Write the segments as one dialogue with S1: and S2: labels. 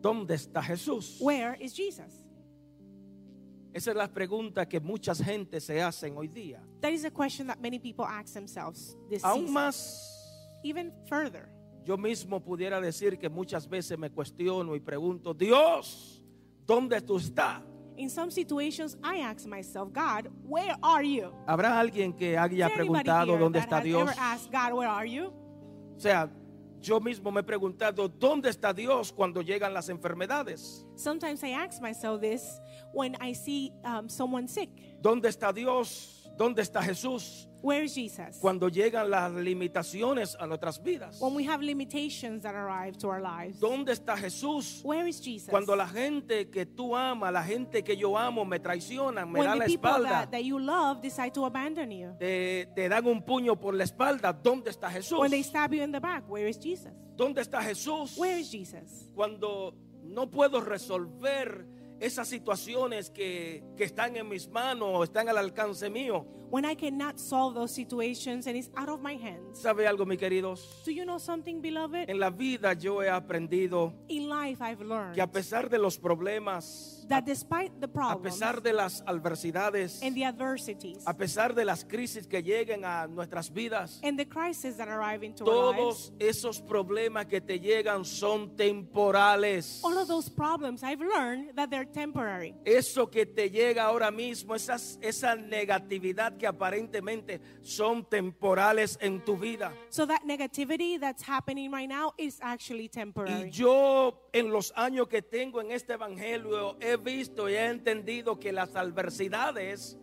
S1: ¿Dónde está Jesús?
S2: Where is Jesus?
S1: Esa es la pregunta que muchas gente se hacen hoy día.
S2: That is a question that many people ask themselves this
S1: Aún
S2: season.
S1: más,
S2: Even further,
S1: yo mismo pudiera decir que muchas veces me cuestiono y pregunto, Dios, ¿dónde tú estás?
S2: in some situations, I ask myself, God, where are you?
S1: ¿Habrá alguien que haya
S2: Is there anybody
S1: preguntado
S2: here
S1: dónde
S2: that
S1: está
S2: has
S1: Dios?
S2: ever asked God, where are you?
S1: O sea, yo mismo me he preguntado, ¿dónde está Dios cuando llegan las enfermedades?
S2: Sometimes I ask myself this when I see um, someone sick.
S1: ¿Dónde está Dios? ¿Dónde está Jesús
S2: Where is Jesus?
S1: cuando llegan las limitaciones a nuestras vidas?
S2: When we have limitations that arrive to our lives.
S1: ¿Dónde está Jesús
S2: Where is Jesus?
S1: Cuando la gente que tú amas, la gente que yo amo, me traicionan, me
S2: when
S1: dan
S2: the
S1: la
S2: people
S1: espalda,
S2: that, that you love decide to abandon you.
S1: te, te dan un puño por la espalda, ¿dónde está Jesús?
S2: When they stab you in the back, where is Jesus?
S1: ¿Dónde está Jesús?
S2: Where is Jesus?
S1: Cuando no puedo resolver esas situaciones que, que están en mis manos o están al alcance mío.
S2: When I cannot solve those situations and it's out of my hands.
S1: ¿Sabe algo, mis queridos?
S2: Do you know something, beloved?
S1: En la vida yo he aprendido
S2: In life, I've learned
S1: que a pesar de los problemas,
S2: that despite the
S1: a
S2: problems
S1: pesar de las adversidades,
S2: and the adversities
S1: a pesar de las crisis que lleguen a nuestras vidas,
S2: and the crises that arrive into our lives,
S1: Todos esos problemas que te llegan son temporales.
S2: all of those problems, I've learned that they're temporary.
S1: Eso que te llega ahora mismo, esas, esa negatividad que aparentemente son temporales en tu vida.
S2: So that negativity that's happening right now is actually
S1: Y
S2: temporary.
S1: yo en los años que tengo en este evangelio he visto y he entendido que las adversidades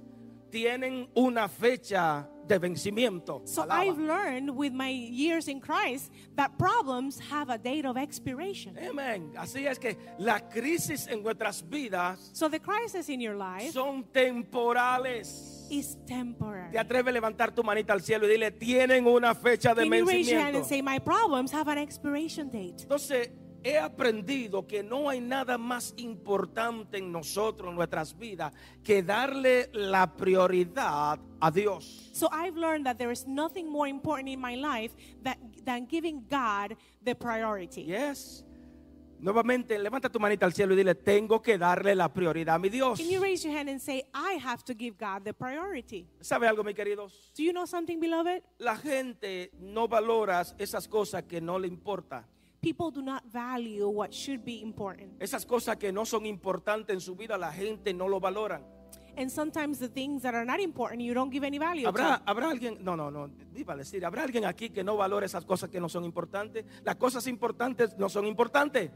S1: tienen una fecha de vencimiento.
S2: So
S1: Alaba.
S2: I've learned with my years in Christ that problems have a date of expiration.
S1: Amén. Así es que las crisis en nuestras vidas
S2: So the crisis in your life
S1: son temporales.
S2: is temporary.
S1: ¿Te atreves a levantar tu manita al cielo y dile, tienen una fecha de
S2: Can you raise your hand
S1: vencimiento?
S2: and say, My problems have an expiration date?
S1: Entonces, he aprendido que no hay nada más importante en nosotros, en nuestras vidas, que darle la prioridad a Dios.
S2: So I've learned that there is nothing more important in my life that, than giving God the priority.
S1: Yes. Nuevamente, levanta tu manita al cielo y dile, tengo que darle la prioridad a mi Dios.
S2: Can you raise your hand and say, I have to give God the priority?
S1: ¿Sabe algo, mis queridos?
S2: Do you know something, beloved?
S1: La gente no valora esas cosas que no le importan.
S2: People do not value what should be important.
S1: Esas cosas que no son importantes en su vida, la gente no lo valoran.
S2: And sometimes the things that are not important, you don't give any value
S1: ¿Habrá,
S2: to.
S1: habrá alguien, no, no, no, iba a decir, habrá alguien aquí que no valore esas cosas que no son importantes. Las cosas importantes no son importantes.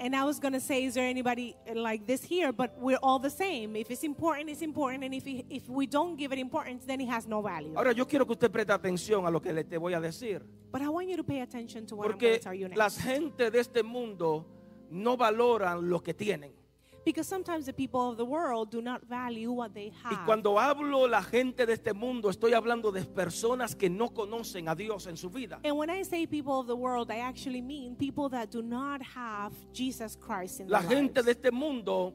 S2: And I was going to say, is there anybody uh, like this here? But we're all the same. If it's important, it's important. And if, it- if we don't give it importance, then it has no value.
S1: Ahora yo quiero que usted preste atención a lo que le te voy a decir,
S2: But I want you to pay attention to what I'm going
S1: porque
S2: to tell you next.
S1: las gentes de este mundo no valoran lo que tienen.
S2: Because sometimes the people of the world do not value what they
S1: Y
S2: have.
S1: cuando hablo la gente de este mundo, estoy hablando de personas que no conocen a Dios en su vida.
S2: and when I say people of the world, I actually mean people that do not have Jesus Christ in
S1: La
S2: their
S1: gente de
S2: lives.
S1: este mundo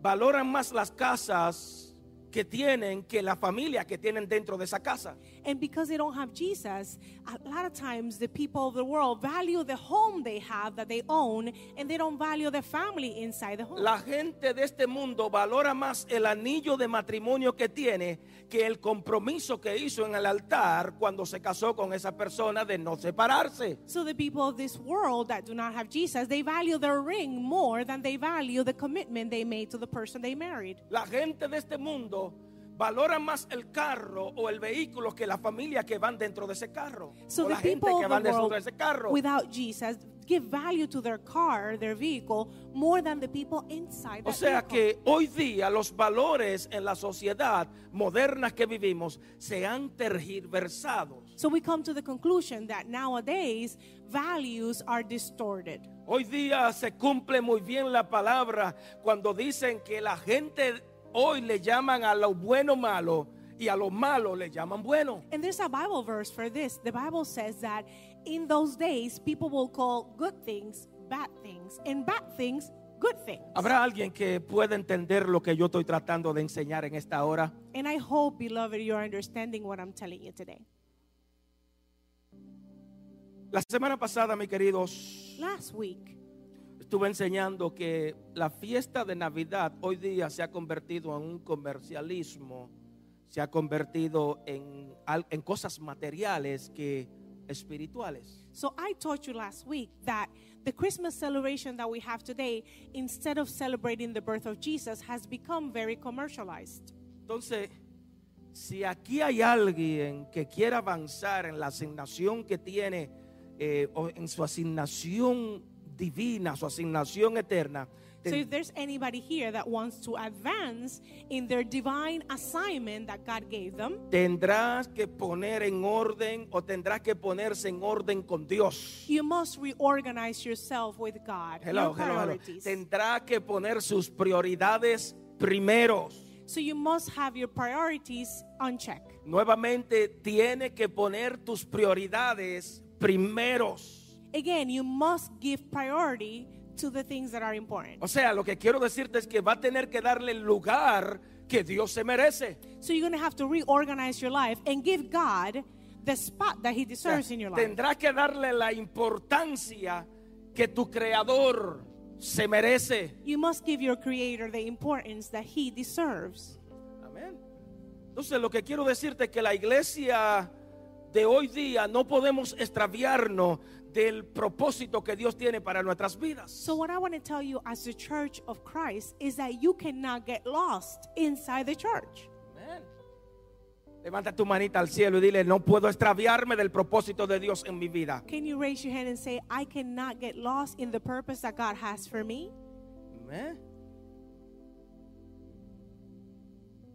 S1: valoran más las casas que tienen que la familia que tienen dentro de esa casa.
S2: And because they don't have Jesus, a lot of times the people of the world value the home they have that they own and they don't value the family inside the home.
S1: La gente de este mundo valora más el anillo de matrimonio que tiene que el compromiso que hizo en el altar cuando se casó con esa persona de no separarse.
S2: so the people of this world that do not have Jesus, they value their ring more than they value the commitment they made to the person they married.
S1: La gente de este mundo valora más el carro o el vehículo que la familia que van dentro de ese carro.
S2: So
S1: o
S2: the
S1: la gente
S2: people
S1: que
S2: of
S1: van
S2: the
S1: dentro
S2: world
S1: de ese carro.
S2: without Jesus give value to their car, their vehicle, more than the people inside.
S1: O
S2: that
S1: sea
S2: vehicle.
S1: que hoy día los valores en la sociedad moderna que vivimos se han tergiversado.
S2: So we come to the conclusion that nowadays values are distorted.
S1: Hoy día se cumple muy bien la palabra cuando dicen que la gente hoy le llaman a lo bueno malo y a lo malo le llaman bueno.
S2: And there's a Bible verse for this. The Bible says that in those days, people will call good things bad things, and bad things good things.
S1: ¿Habrá alguien que pueda entender lo que yo estoy tratando de enseñar en esta hora?
S2: And I hope, beloved, you're understanding what I'm telling you today.
S1: La semana pasada, mis queridos,
S2: Last week,
S1: estuve enseñando que la fiesta de Navidad hoy día se ha convertido en un comercialismo, se ha convertido en, al- en cosas materiales que espirituales.
S2: so I taught you last week that the Christmas celebration that we have today, instead of celebrating the birth of Jesus, has become very commercialized.
S1: Entonces, si aquí hay alguien que quiera avanzar en la asignación que tiene, eh, o en su asignación divina, su asignación eterna,
S2: So
S1: ten-
S2: if there's anybody here that wants to advance in their divine assignment that God gave them,
S1: tendrás que poner en orden o tendrás que ponerse en orden con Dios.
S2: you must reorganize yourself with God.
S1: Hello, hello,
S2: your
S1: hello.
S2: priorities.
S1: Tendrá que poner sus prioridades primeros.
S2: So you must have your priorities on check.
S1: Nuevamente, tiene que poner tus prioridades primeros.
S2: Again, you must give priority to the things that are important.
S1: O sea, lo que quiero decirte es que va a tener que darle el lugar que Dios se merece.
S2: So you're going to have to reorganize your life and give God the spot that he
S1: O sea,
S2: deserves in your life.
S1: tendrás que darle la importancia que tu creador se merece.
S2: You must give your creator the importance that he deserves.
S1: Amén. Entonces, lo que quiero decirte es que la iglesia de hoy día no podemos extraviarnos del propósito que Dios tiene para nuestras vidas.
S2: So, what I want to tell you as the church of Christ is that you cannot get lost inside the church.
S1: Amén. Levanta tu manita al cielo y dile, no puedo extraviarme del propósito de Dios en mi vida.
S2: Can you raise your hand and say, I cannot get lost in the purpose that God has for me?
S1: Amén.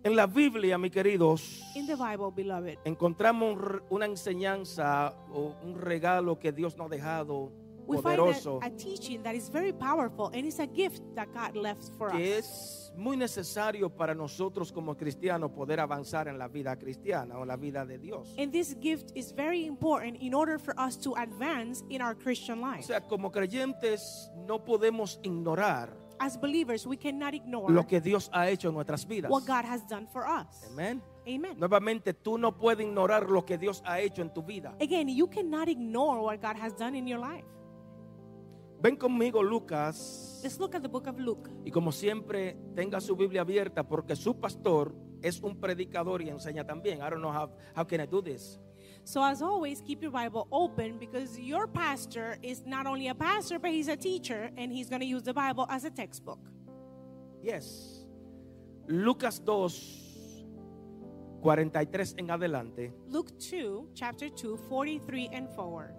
S1: En la Biblia, mis queridos,
S2: In the Bible, beloved,
S1: encontramos un r- una enseñanza o un regalo que Dios nos ha dejado
S2: we
S1: poderoso,
S2: find a, a teaching that is very powerful and it's a gift that God left for
S1: que
S2: us.
S1: es muy necesario para nosotros como cristianos poder avanzar en la vida cristiana o la vida de Dios.
S2: And this gift is very important in order for us to advance in our Christian
S1: O
S2: life.
S1: sea, como creyentes no podemos ignorar
S2: As believers, we cannot ignore
S1: lo que Dios ha hecho en nuestras vidas.
S2: what God has done for us.
S1: Amén.
S2: Amen.
S1: Nuevamente, tú no puedes ignorar lo que Dios ha hecho en tu vida.
S2: Again, you cannot ignore what God has done in your life.
S1: Ven conmigo, Lucas.
S2: Let's look at the book of Luke.
S1: Y como siempre, tenga su Biblia abierta porque su pastor es un predicador y enseña también. I don't know how, how can I do this.
S2: So, as always, keep your Bible open because your pastor is not only a pastor, but he's a teacher and he's going to use the Bible as a textbook.
S1: Yes. Lucas 2, 43 en adelante.
S2: Luke 2, chapter 2, 43 and forward.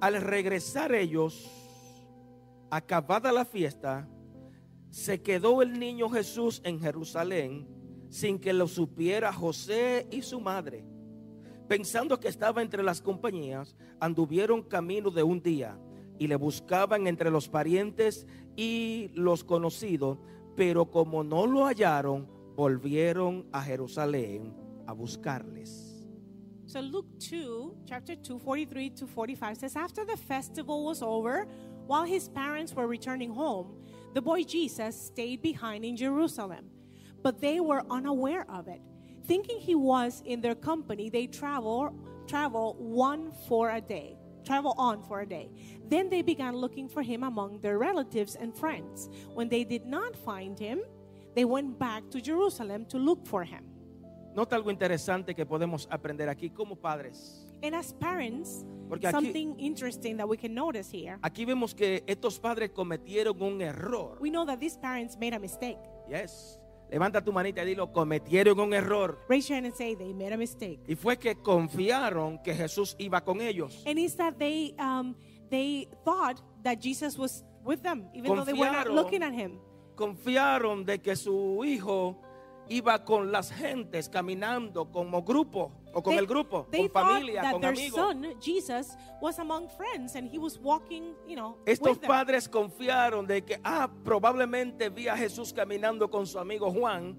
S1: Al regresar ellos, acabada la fiesta, se quedó el niño Jesús en Jerusalén sin que lo supiera José y su madre. Pensando que estaba entre las compañías, anduvieron camino de un día y le buscaban entre los parientes y los conocidos, pero como no lo hallaron, volvieron a Jerusalén a buscarles.
S2: So, Luke 2, chapter 2, 43 to 45 says, After the festival was over, while his parents were returning home, the boy Jesus stayed behind in Jerusalem. But they were unaware of it. Thinking he was in their company, they travel, travel one for a day. Travel on for a day. Then they began looking for him among their relatives and friends. When they did not find him, they went back to Jerusalem to look for him.
S1: Nota algo interesante que podemos aprender aquí como padres.
S2: And as parents,
S1: Porque aquí-
S2: something interesting that we can notice here,
S1: Aquí vemos que estos padres cometieron un error.
S2: we know that these parents made a mistake.
S1: Yes. Levanta tu manita y dilo, cometieron un error.
S2: Raise your hand and say they made a mistake. Eh.
S1: Y fue que confiaron que Jesús iba con ellos.
S2: And it's that they um, they thought that Jesus was with them, even though they were not
S1: Confiaron.
S2: looking at him.
S1: Confiaron de que su hijo iba con las gentes caminando como grupo o con el grupo, con
S2: they thought
S1: familia,
S2: that
S1: con
S2: their
S1: amigos.
S2: son, Jesus, was among friends and he was walking, you know,
S1: Estos
S2: with them.
S1: padres confiaron de que, ah, probablemente vi a Jesús caminando con su amigo Juan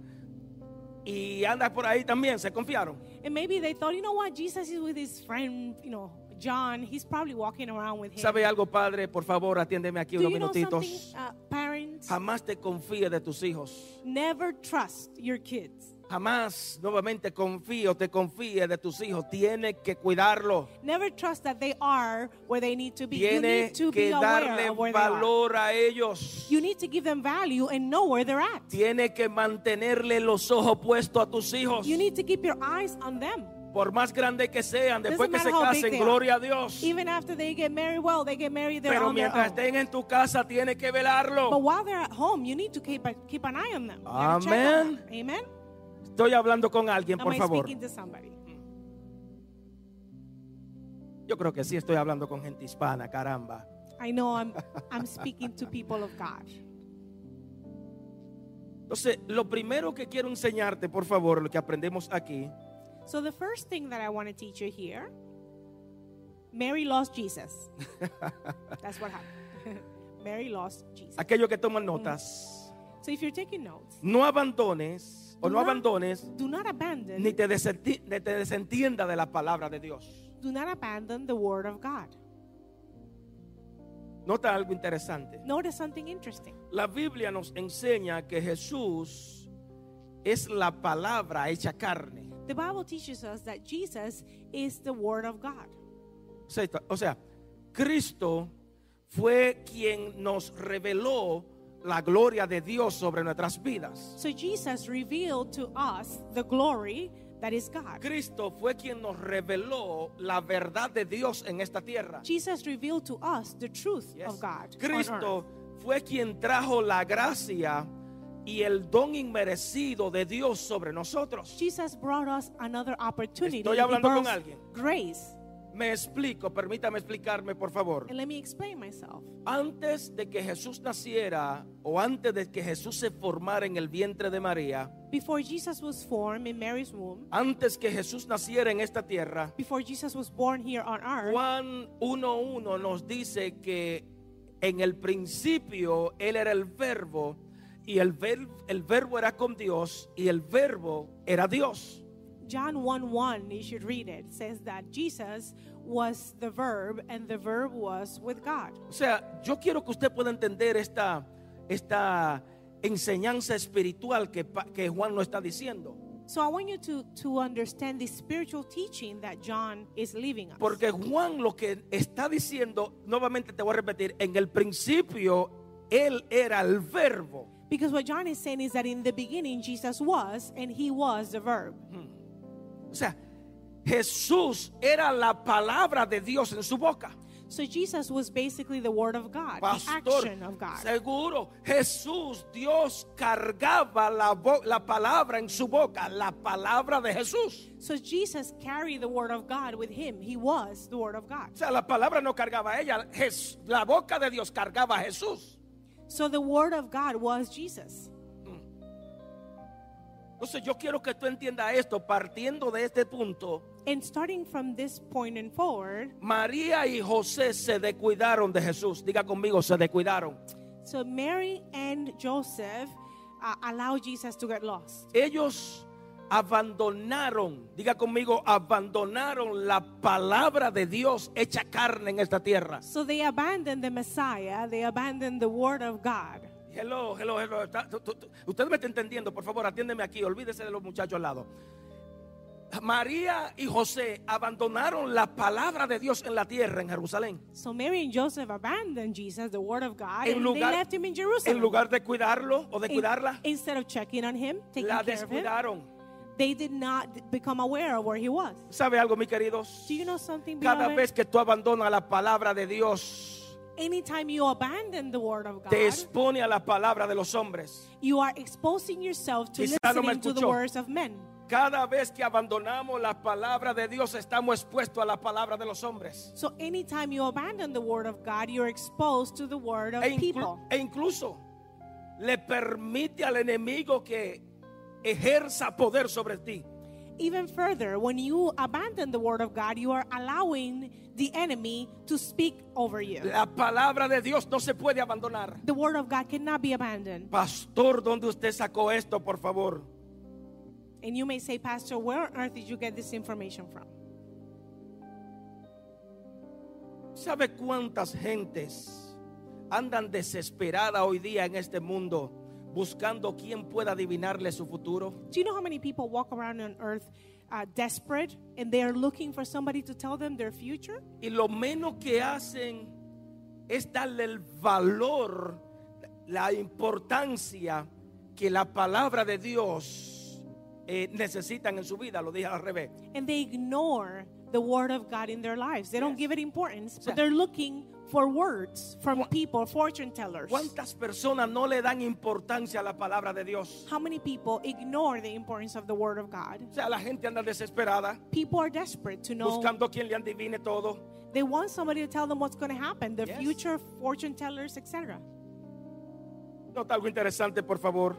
S1: y anda por ahí también, se confiaron.
S2: And maybe they thought, you know what, Jesus is with his friend, you know, John. He's probably walking around with him.
S1: ¿Sabe algo, padre? Por favor, atiéndeme aquí
S2: Do
S1: unos
S2: you know something,
S1: minutitos.
S2: uh, parents?
S1: Jamás te confíes de tus hijos.
S2: Never trust your kids.
S1: Jamás, nuevamente, confío, te confíes de tus hijos. Tienes que cuidarlo.
S2: Never trust that they are where they need to be. You
S1: Tienes
S2: need to
S1: que
S2: be
S1: darle
S2: aware of where they are.
S1: valor a ellos.
S2: You need to give them value and know where they're at.
S1: Tienes que mantenerle los ojos puestos a tus hijos.
S2: You need to keep your eyes on them.
S1: Por más grandes que sean, después
S2: Doesn't
S1: que se
S2: matter how big
S1: casen,
S2: they are.
S1: gloria a Dios.
S2: Even after they get married, well, they get married, they're
S1: Pero
S2: on their
S1: mientras
S2: own.
S1: estén en tu casa, tienes que
S2: But
S1: velarlo.
S2: while they're at home, you need to keep, a- keep an eye on them. You gotta check on
S1: Amen.
S2: them. Amen.
S1: Estoy hablando con alguien,
S2: Am
S1: por
S2: I
S1: favor.
S2: speaking to somebody?
S1: Yo creo que sí estoy hablando con gente hispana, caramba.
S2: I know I'm, I'm speaking to people of God.
S1: Entonces, lo primero que quiero enseñarte, por favor, lo que aprendemos aquí,
S2: So the first thing that I want to teach you here, Mary lost Jesus. That's what happened. Mary lost Jesus.
S1: aquellos que toman notas,
S2: So if you're taking notes,
S1: no abandones o no
S2: No.
S1: abandones
S2: do not abandon,
S1: ni te, desenti- ni te desentienda de la palabra de Dios.
S2: do not abandon the word of God.
S1: Nota algo interesante.
S2: Notice something interesting.
S1: La Biblia nos enseña que Jesús es la palabra hecha carne.
S2: The Bible teaches us that Jesus is the word of God.
S1: O sea, o sea, Cristo fue quien nos reveló la gloria de Dios sobre nuestras vidas.
S2: So Jesus revealed to us the glory that is God.
S1: Cristo fue quien nos reveló la verdad de Dios en esta tierra.
S2: Jesus revealed to us the truth
S1: Yes.
S2: of God. on
S1: Cristo fue quien trajo la gracia y el don inmerecido de Dios sobre nosotros.
S2: Jesus brought us another opportunity.
S1: Estoy
S2: He
S1: hablando
S2: brought
S1: con
S2: us
S1: alguien.
S2: Grace.
S1: Me explico, permítame explicarme por favor.
S2: And let me explain myself.
S1: Antes de que Jesús naciera o antes de que Jesús se formara en el vientre de María,
S2: Before Jesus was formed in Mary's womb,
S1: antes que Jesús naciera en esta tierra,
S2: before Jesus was born here on earth,
S1: Juan 1.1 nos dice que en el principio Él era el verbo y el, ver- el verbo era con Dios y el verbo era Dios.
S2: John 1 1, you should read it, says that Jesus was the verb and the verb was with God.
S1: O sea, yo quiero que usted pueda entender esta, esta enseñanza espiritual que, pa- que Juan nos está diciendo.
S2: So I want you to, to understand the spiritual teaching that John is leaving us.
S1: Porque Juan lo que está diciendo, nuevamente te voy a repetir, en el principio Él era el verbo.
S2: Because what John is saying is that in the beginning Jesus was and he was the verb.
S1: O sea, Jesús era la palabra de Dios en su boca.
S2: So Jesus was basically the word of God, the
S1: Pastor,
S2: action of God.
S1: seguro, Jesús, Dios cargaba la, bo- la palabra en su boca, la palabra de Jesús.
S2: So Jesus carried the word of God with him. He was the word of God.
S1: O sea, la palabra no cargaba a ella, Jes- la boca de Dios cargaba a Jesús.
S2: So the word of God was Jesus.
S1: Entonces yo quiero que tú entiendas esto, partiendo de este punto,
S2: And starting from this point and forward,
S1: María y José se descuidaron de Jesús. Diga conmigo, se descuidaron.
S2: so Mary and Joseph uh, allowed Jesus to get lost.
S1: Ellos abandonaron, diga conmigo, abandonaron la palabra de Dios hecha carne en esta tierra.
S2: So they abandoned the Messiah, they abandoned the word of God.
S1: Hello, hello, hello. Está- tú- tú- tú- Usted me está entendiendo, por favor, atiéndeme aquí, olvídese de los muchachos al lado. María y José abandonaron la palabra de Dios en la tierra, en Jerusalén.
S2: So Mary and Joseph abandoned Jesus, the word of God,
S1: En
S2: and
S1: lugar-
S2: they left him in Jerusalem.
S1: En lugar de cuidarlo o de
S2: In-
S1: cuidarla,
S2: instead of checking on him, taking
S1: la
S2: care of him,
S1: descuidaron.
S2: they did not become aware of where he was.
S1: ¿Sabe algo, mis queridos?
S2: Do you know something,
S1: Cada
S2: beloved?
S1: vez que tú abandonas la palabra de Dios,
S2: Anytime you abandon the word of God,
S1: te expone a la palabra de los hombres.
S2: you are exposing yourself to
S1: Quizá no me
S2: listening to the
S1: escuchó.
S2: words of men.
S1: Cada vez que abandonamos la palabra de Dios, estamos expuestos a la palabra de los hombres.
S2: So anytime you abandon the word of God, you're exposed to the word of
S1: E, inclu-
S2: people.
S1: e incluso le permite al enemigo que ejerza poder sobre ti.
S2: Even further, when you abandon the word of God, you are allowing the enemy to speak over you.
S1: La palabra de Dios no se puede abandonar.
S2: The word of God cannot be abandoned.
S1: Pastor, ¿dónde usted sacó esto, por favor?
S2: And you may say, Pastor, where on earth did you get this information from?
S1: ¿Sabe cuántas gentes andan desesperadas hoy día en este mundo buscando quién pueda adivinarle su futuro?
S2: Do you know how many people walk around on earth uh, desperate and they are looking for somebody to tell them their future?
S1: Y lo menos que hacen es darle el valor, la importancia que la palabra de Dios eh, necesitan en su vida. Lo dije al revés.
S2: And they ignore the word of God in their lives. They don't give it importance,
S1: Yeah.
S2: but they're looking for words from people, fortune tellers.
S1: ¿Cuántas personas no le dan importancia a la palabra de Dios?
S2: How many people ignore the importance of the word of God?
S1: O sea, la gente anda desesperada
S2: People are desperate to know.
S1: buscando quien le adivine todo.
S2: They want somebody to tell them what's going to happen, the
S1: Yes.
S2: future, fortune tellers, etc.
S1: Nota algo interesante, por favor.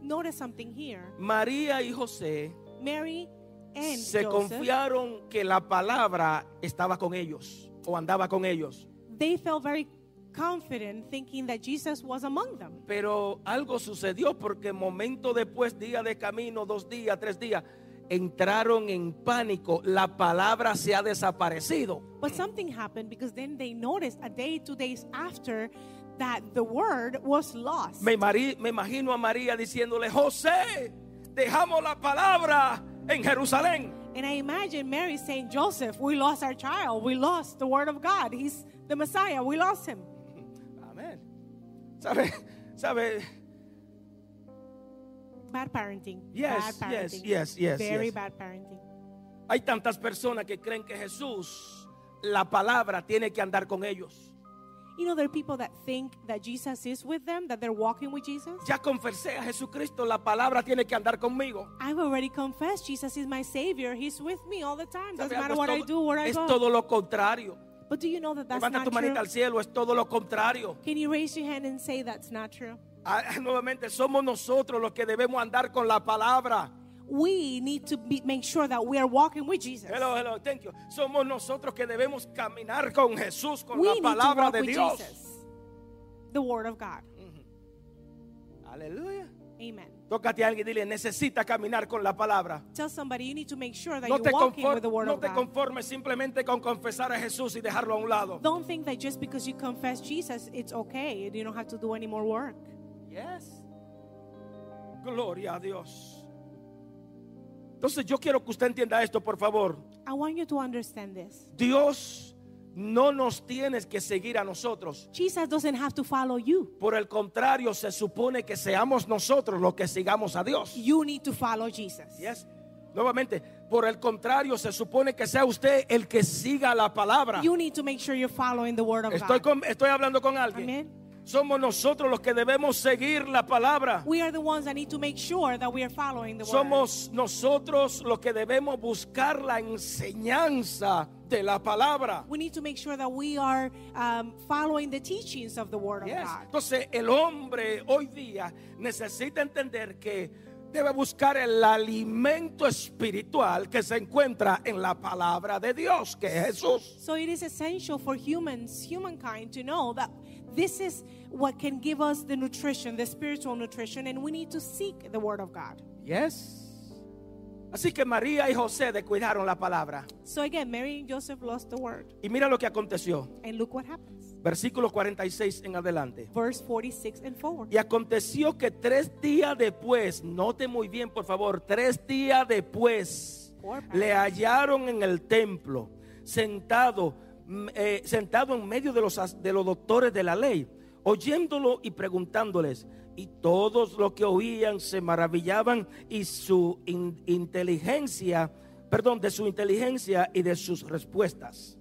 S2: Notice something here.
S1: María y José
S2: Mary and
S1: se
S2: Joseph,
S1: confiaron que la palabra estaba con ellos o andaba con ellos.
S2: they felt very confident thinking that Jesus was among them.
S1: Pero algo sucedió porque momento después, día de camino, dos días, tres días, entraron en pánico. La palabra se ha desaparecido.
S2: But something happened because then they noticed a day, two days after that the word was lost.
S1: Me, mari- me imagino a María diciéndole, José, dejamos la palabra en Jerusalén.
S2: And I imagine Mary saying, Joseph, we lost our child. We lost the word of God. He's the Messiah. We lost him.
S1: Amén. ¿Sabe? ¿Sabe?
S2: Bad parenting.
S1: Yes,
S2: bad
S1: yes,
S2: parenting.
S1: yes, yes,
S2: Very
S1: yes.
S2: bad parenting.
S1: Hay tantas personas que creen que Jesús, la palabra, tiene que andar con ellos.
S2: You know, there are people that think that Jesus is with them, that they're walking with Jesus.
S1: Ya confesé a Jesucristo, la palabra tiene que andar conmigo.
S2: I've already confessed Jesus is my Savior. He's with me all the time. Doesn't
S1: ¿Sabe algo?
S2: matter what I
S1: es todo,
S2: do, where I
S1: es
S2: go.
S1: todo lo contrario.
S2: But do you know that that's
S1: Levanta
S2: not
S1: tu manita al
S2: true?
S1: cielo, es todo lo contrario.
S2: Can you raise your hand and say that's not true?
S1: Ah, nuevamente, somos nosotros los que debemos andar con la palabra.
S2: We need to be, make sure that we are walking with Jesus.
S1: Hello, hello, thank you. Somos nosotros que debemos caminar con Jesús, con
S2: we
S1: la
S2: need to
S1: palabra
S2: walk
S1: de
S2: with
S1: Dios.
S2: Jesus, the Word of God.
S1: Aleluya.
S2: Amen.
S1: Tócate a alguien y dile, necesita caminar con la palabra.
S2: Tell somebody you need to make sure that
S1: No te,
S2: you're walking
S1: conform-
S2: with the Word
S1: no
S2: of
S1: te
S2: God.
S1: conformes simplemente con confesar a Jesús y dejarlo a un lado.
S2: Don't think that just because you confess Jesus, it's okay. You don't have to do any more work.
S1: Yes. Gloria a Dios. Entonces yo quiero que usted entienda esto, por favor.
S2: I want you to understand this.
S1: Dios no nos tienes que seguir a nosotros.
S2: Jesus doesn't have to follow you.
S1: Por el contrario, se supone que seamos nosotros los que sigamos a Dios.
S2: You need to follow Jesus.
S1: Yes. Nuevamente, por el contrario, se supone que sea usted el que siga la palabra.
S2: You need to make sure you're following the Word of
S1: Estoy,
S2: God.
S1: con- estoy hablando con alguien.
S2: Amén.
S1: Somos nosotros los que debemos seguir la palabra.
S2: We are the ones that need to make sure that we are following the Word.
S1: Somos nosotros los que debemos buscar la enseñanza de la palabra.
S2: We need to make sure that we are um, following the teachings of the Word
S1: Yes.
S2: of God.
S1: Entonces el hombre hoy día necesita entender que debe buscar el alimento espiritual que se encuentra en la palabra de Dios, que es Jesús.
S2: So it is essential for humans, humankind, to know that this is what can give us the nutrition, the spiritual nutrition, and we need to seek the Word of God.
S1: Yes. Así que María y José descuidaron la palabra.
S2: So again, Mary and Joseph lost the Word,
S1: Y mira lo que aconteció.
S2: and look what happens.
S1: Versículo 46 en adelante.
S2: Verse 46 and forward.
S1: Y aconteció que tres días después, note muy bien por favor, tres días después
S2: Por favor.
S1: le hallaron en el templo, sentado, mm, eh, sentado en medio de los, as- de los doctores de la ley, oyéndolo y preguntándoles. Y todos los que oían se maravillaban y su in- inteligencia, perdón, de su inteligencia y de sus respuestas.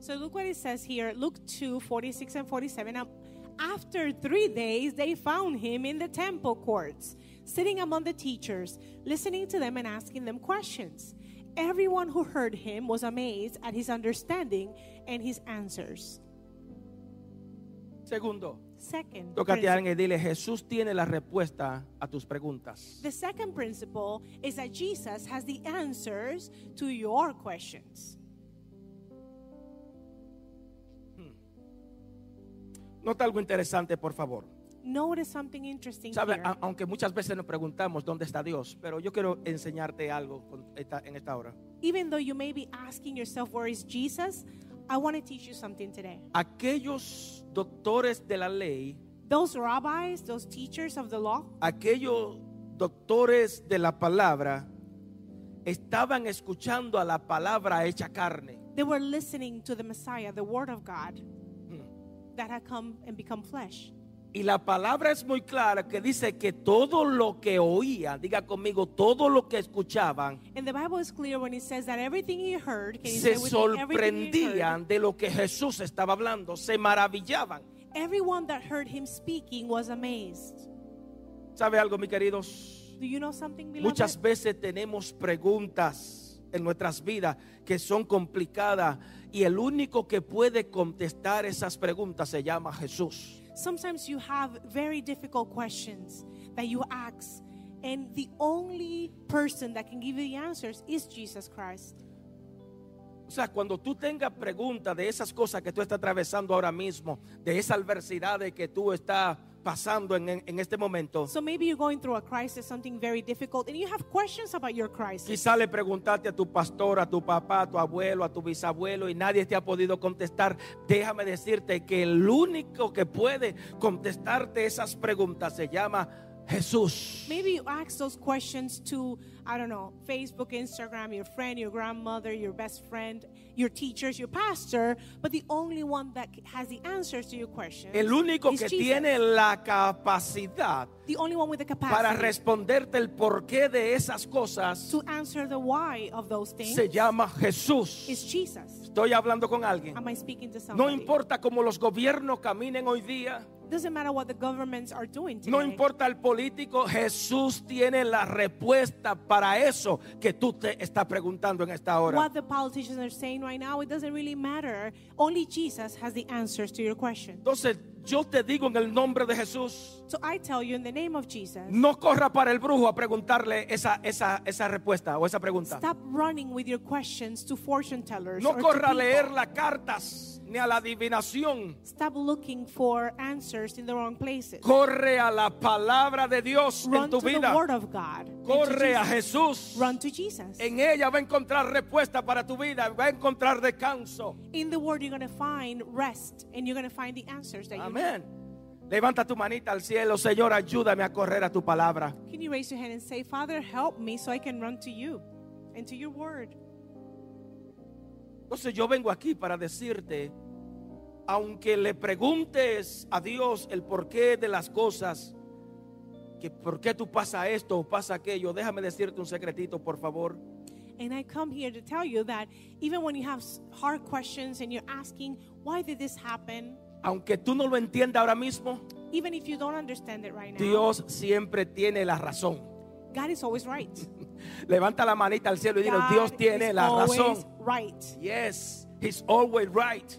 S2: So look what it says here. Luke 2, 46 and 47. Um, After three days, they found him in the temple courts, sitting among the teachers, listening to them and asking them questions. Everyone who heard him was amazed at his understanding and his answers.
S1: Segundo,
S2: Second,
S1: tócate a
S2: principle-
S1: alguien y dile, Jesús tiene la respuesta a tus preguntas.
S2: the second principle is that Jesus has the answers to your questions.
S1: Nota algo interesante, por favor.
S2: Notice something interesting
S1: Sabe, ah,
S2: here.
S1: a- aunque muchas veces nos preguntamos dónde está Dios, pero yo quiero enseñarte algo con esta- en esta hora.
S2: Even though you may be asking yourself, Where is Jesus? I want to teach you something today.
S1: Aquellos doctores de la ley,
S2: Those rabbis, those teachers of the law,
S1: aquellos doctores de la palabra, estaban escuchando a la palabra hecha carne.
S2: they were listening to the Messiah, the Word of God,
S1: Hmm.
S2: that had come and become flesh.
S1: Y la palabra es muy clara que dice que todo lo que oían, diga conmigo, todo lo que escuchaban,
S2: And the Bible is clear when it says that everything he heard, can you
S1: se
S2: say with me, everything he heard,
S1: sorprendían de lo que Jesús estaba hablando, se maravillaban.
S2: everyone that heard him speaking was amazed.
S1: ¿Sabe algo, mis queridos?
S2: Do you know something, beloved?
S1: Muchas veces tenemos preguntas en nuestras vidas que son complicadas y el único que puede contestar esas preguntas se llama Jesús.
S2: Sometimes you have very difficult questions that you ask, and the only person that can give you the answers is Jesus Christ.
S1: O sea, cuando tú tengas preguntas de esas cosas que tú estás atravesando ahora mismo, de esas adversidades que tú estás pasando en, en- en este momento,
S2: So maybe you're going through a crisis, something very difficult, and you have questions about your crisis.
S1: quizá le preguntaste a tu pastor, a tu papá, a tu abuelo, a tu bisabuelo y nadie te ha podido contestar. Déjame decirte que el único que puede contestarte esas preguntas se llama Jesús.
S2: Maybe you ask those questions to, I don't know, Facebook, Instagram, your friend, your grandmother, your best friend, your teachers, your pastor, but the only one that has the answers to your questions
S1: El único
S2: is
S1: que
S2: Jesus.
S1: tiene la capacidad
S2: the only one with the
S1: para
S2: capacity
S1: responderte el porqué de esas cosas
S2: to answer the why of those things
S1: se llama Jesús.
S2: is Jesus.
S1: Estoy hablando con alguien.
S2: Am I speaking to
S1: No
S2: somebody?
S1: importa cómo los gobiernos caminen hoy día.
S2: Doesn't matter what the governments are doing today.
S1: No importa el político, Jesús tiene la respuesta para eso que tú te estás preguntando en esta hora.
S2: What the politicians are saying right now, it doesn't really matter. Only Jesus has the answers to your question.
S1: Entonces, yo te digo en el nombre de Jesús,
S2: So I tell you in the name of Jesus,
S1: no corra para el brujo a preguntarle esa, esa, esa respuesta o esa pregunta.
S2: stop running with your questions to fortune tellers.
S1: No
S2: or to
S1: corra a
S2: people.
S1: leer las cartas ni a la adivinación.
S2: Stop looking for answers in the wrong places.
S1: Corre a la palabra de Dios en
S2: Run
S1: tu
S2: to
S1: vida.
S2: the Word of God. and to
S1: Corre a
S2: Jesus.
S1: Jesús.
S2: Run to Jesus.
S1: En ella va a encontrar respuesta para tu vida, va a encontrar descanso.
S2: In the Word, you're going to find rest and you're going to find the answers that you
S1: Amén. Levanta tu manita al cielo, Señor, ayúdame a correr a tu palabra.
S2: need. Can you raise your hand and say, Father, help me so I can run to you and to your Word?
S1: Entonces yo vengo aquí para decirte, aunque le preguntes a Dios el porqué de las cosas, que por qué tú pasa esto o pasa aquello, déjame decirte un secretito, por favor.
S2: And I come here to tell you that even when you have s- hard questions and you're asking, why did this happen?
S1: Aunque tú no lo entiendas ahora mismo,
S2: Even if you don't understand it right now,
S1: Dios siempre tiene la razón.
S2: God is always right.
S1: Levanta la manita al cielo y dile,
S2: God
S1: Dios tiene
S2: is
S1: la
S2: always
S1: razón.
S2: Right.
S1: Yes, he's always right.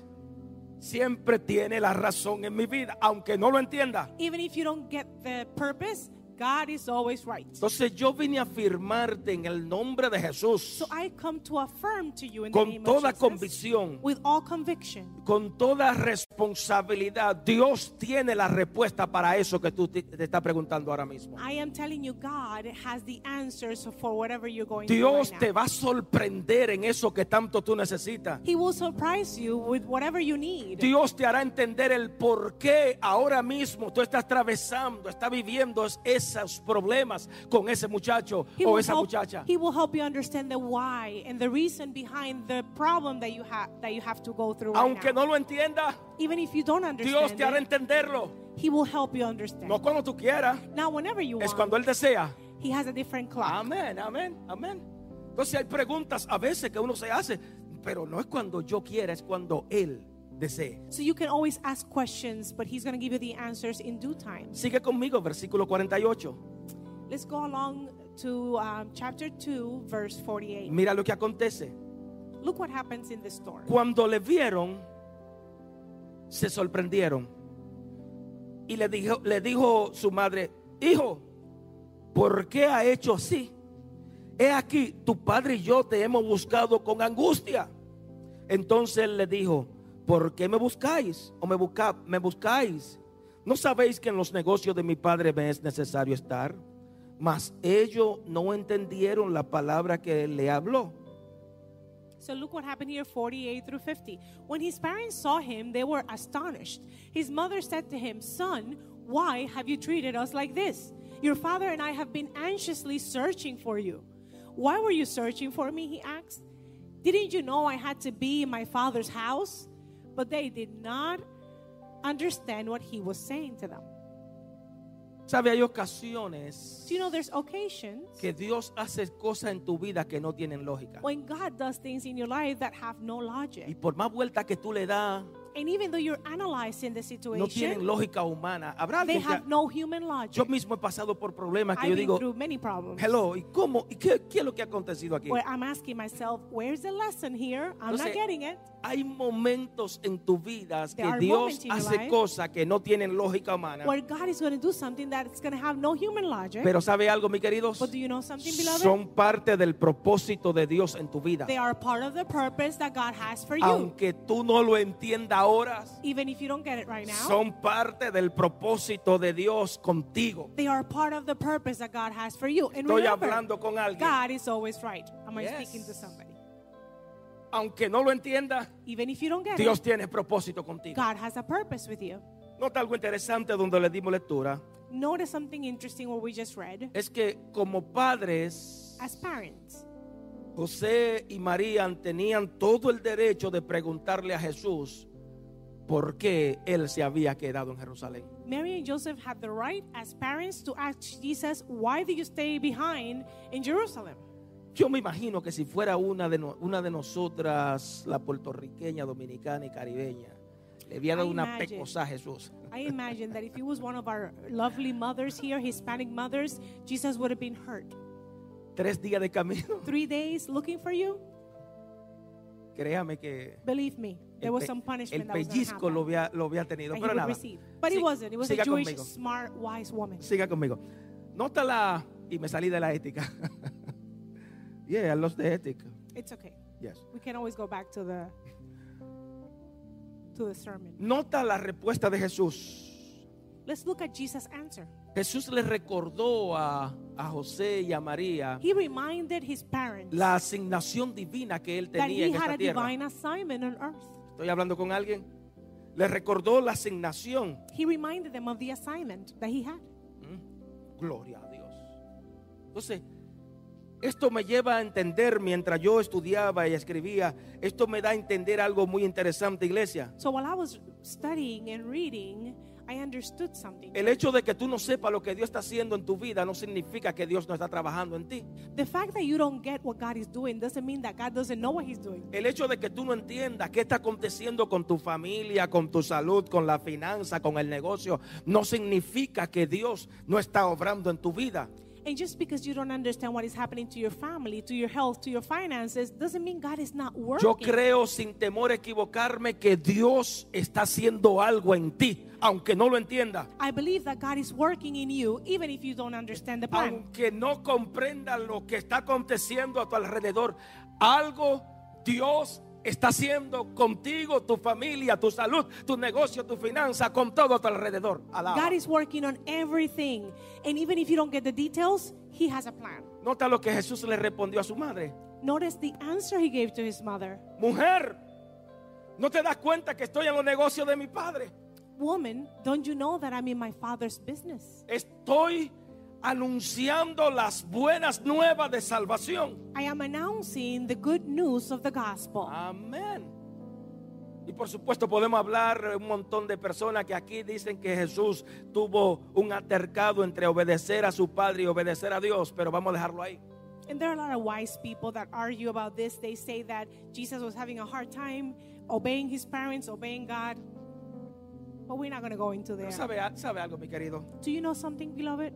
S1: Siempre tiene la razón en mi vida, aunque no lo entienda.
S2: Even if you don't get the purpose, God is always right.
S1: Entonces yo vine a afirmarte en el nombre de Jesús,
S2: So I come to affirm to you in the
S1: con
S2: name
S1: toda
S2: of Jesus,
S1: convicción,
S2: with all conviction,
S1: con toda responsabilidad. Dios tiene la respuesta para eso que tú te, te estás preguntando ahora mismo.
S2: I am telling you, God has the answers for whatever you're going
S1: Dios
S2: through right
S1: te
S2: now.
S1: va a sorprender en eso que tanto tú necesitas.
S2: He will surprise you with whatever you need.
S1: Dios te hará entender el por qué ahora mismo tú estás atravesando, estás viviendo es- esos problemas con ese muchacho
S2: He
S1: o
S2: will,
S1: Oh, esa
S2: help,
S1: muchacha.
S2: he will help you understand the why and the reason behind the problem that you have that you have to go through. right
S1: Aunque
S2: now.
S1: no lo entienda,
S2: even if you don't
S1: Dios
S2: understand,
S1: te hará
S2: it,
S1: entenderlo.
S2: he will help you understand.
S1: No cuando tú quieras,
S2: now, whenever you
S1: es
S2: want,
S1: cuando Él desea.
S2: he has a different clock.
S1: Amén, amén, amén. Entonces hay preguntas a veces que uno se hace, pero no es cuando yo quiera, es cuando Él desee.
S2: So you can always ask questions, but He's going to give you the answers in due time.
S1: Sigue conmigo, versículo 48.
S2: Let's go along to um, chapter 2, verse 48.
S1: Mira lo que acontece.
S2: Look what happens in the story.
S1: Cuando le vieron, se sorprendieron. Y le dijo, le dijo su madre, hijo, ¿por qué ha hecho así? He aquí, tu padre y yo te hemos buscado con angustia. Entonces él le dijo, ¿por qué me buscáis? ¿O me, busca- me buscáis? ¿No sabéis que en los negocios de mi padre me es necesario estar? Mas ellos no entendieron la palabra que le habló.
S2: So look what happened here 48 through 50. When his parents saw him, they were astonished. His mother said to him, Son, why have you treated us like this? Your father and I have been anxiously searching for you. Why were you searching for me? He asked. Didn't you know I had to be in my father's house? But they did not understand what he was saying to them.
S1: Sabe, hay ocasiones
S2: So you know, there's occasions
S1: que Dios hace cosas en tu vida que no tienen lógica.
S2: when God does things in your life that have no logic.
S1: Y por más vuelta que tú le das,
S2: And even though you're analyzing the
S1: no tienen
S2: situation,
S1: lógica humana. Habrá
S2: Pues they
S1: algo que-
S2: have no human logic.
S1: yo mismo he pasado por problemas que
S2: I've
S1: yo
S2: been
S1: digo,
S2: through many problems.
S1: hello, ¿y cómo? ¿Y qué, qué es lo que ha acontecido aquí?
S2: Where I'm asking myself, where's the lesson here? I'm
S1: Entonces,
S2: not getting it.
S1: Hay momentos en tu vida
S2: There
S1: que
S2: are
S1: Dios
S2: moments in your
S1: hace
S2: life
S1: cosas que no tienen lógica humana.
S2: Where God is going to do something that's going to have no human logic.
S1: Pero ¿sabe algo, mi queridos?
S2: but do you know something, beloved?
S1: Son parte del propósito de Dios en tu vida.
S2: they are part of the purpose that God has for you.
S1: Aunque tú no lo entiendas ahora,
S2: Even if you don't get it right now,
S1: son parte del propósito de Dios contigo.
S2: they are part of the purpose that God has for you. And
S1: Estoy
S2: remember,
S1: hablando con alguien.
S2: God is always right. Am I
S1: Yes.
S2: speaking to somebody?
S1: Aunque no lo entiendas,
S2: Even if you don't get
S1: Dios
S2: it,
S1: tiene propósito contigo.
S2: God has a purpose with you.
S1: Nota algo interesante donde le dimos lectura.
S2: Notice something interesting what we just read.
S1: Es que como padres,
S2: As parents,
S1: José y María tenían todo el derecho de preguntarle a Jesús por qué él se había quedado en Jerusalén.
S2: Mary and Joseph had the right as parents to ask Jesus, Why do you stay behind in Jerusalem?
S1: Yo me imagino que si fuera una de, no- una de nosotras, la puertorriqueña, dominicana y caribeña, le hubiera dado
S2: I
S1: una
S2: imagine.
S1: pecosa a Jesús.
S2: I imagine that if he was one of our lovely mothers here, Hispanic mothers, Jesus would have been hurt.
S1: Tres días de camino.
S2: Three days looking for you?
S1: Créame que
S2: Believe me, there
S1: el,
S2: was
S1: pe-
S2: some
S1: el
S2: punishment that was going to
S1: pellizco lo
S2: happen.
S1: había, lo había tenido.
S2: that he
S1: Pero
S2: would
S1: nada,
S2: receive. But it
S1: si-
S2: wasn't. It was a
S1: siga
S2: Jewish,
S1: conmigo.
S2: smart, wise woman.
S1: Siga conmigo. Nota la. Y me salí de la ética. yeah, I lost the ethics.
S2: It's okay.
S1: Yes.
S2: We can always go back to the to the sermon.
S1: Nota la respuesta de Jesús.
S2: Let's look at Jesus' answer.
S1: Jesús le recordó a, a José y a María
S2: He reminded his parents.
S1: la asignación divina que él
S2: that
S1: tenía
S2: he
S1: en
S2: had
S1: esta
S2: a
S1: tierra.
S2: divine assignment on earth.
S1: Estoy hablando con alguien. Le recordó la asignación.
S2: He reminded them of the assignment that he had.
S1: Mm, Gloria a Dios. Entonces, esto me lleva a entender mientras yo estudiaba y escribía, esto me da a entender algo muy interesante, iglesia.
S2: So while I was studying and reading, I understood something.
S1: El hecho de que tú no sepas lo que Dios está haciendo en tu vida no significa que Dios no está trabajando en ti.
S2: The fact that you don't get what God is doing doesn't mean that God doesn't know what he's doing.
S1: El hecho de que tú no entiendas qué está aconteciendo con tu familia, con tu salud, con la finanza, con el negocio, no significa que Dios no está obrando en tu vida.
S2: And just because you don't understand what is happening to your family, to your health, to your finances, doesn't mean God is not working.
S1: Yo creo sin temor a equivocarme que Dios está haciendo algo en ti, aunque no lo entienda,
S2: I believe that God is working in you, even if you don't understand the plan.
S1: aunque no comprendas lo que está aconteciendo a tu alrededor. Algo Dios está haciendo contigo, tu familia, tu salud, tu negocio, tu finanza, con todo a tu alrededor. Alaba.
S2: God is working on everything. And even if you don't get the details, he has a plan.
S1: Nota lo que Jesús le respondió a su madre.
S2: Notice the answer he gave to his mother.
S1: Mujer, ¿no te das cuenta que estoy en los negocios de mi padre?
S2: Woman, don't you know that I'm in my father's business?
S1: Estoy anunciando las buenas nuevas de salvación.
S2: I am announcing the good news of the gospel.
S1: Amén. Y por supuesto podemos hablar de un montón de personas que aquí dicen que Jesús tuvo un altercado entre obedecer a su padre y obedecer a Dios, pero vamos a dejarlo ahí.
S2: And there are a lot of wise people that argue about this. They say that Jesus was having a hard time obeying his parents, obeying God. But we're not going to go into
S1: Pero
S2: there.
S1: sabe, sabe algo, mi querido.
S2: Do you know something, beloved?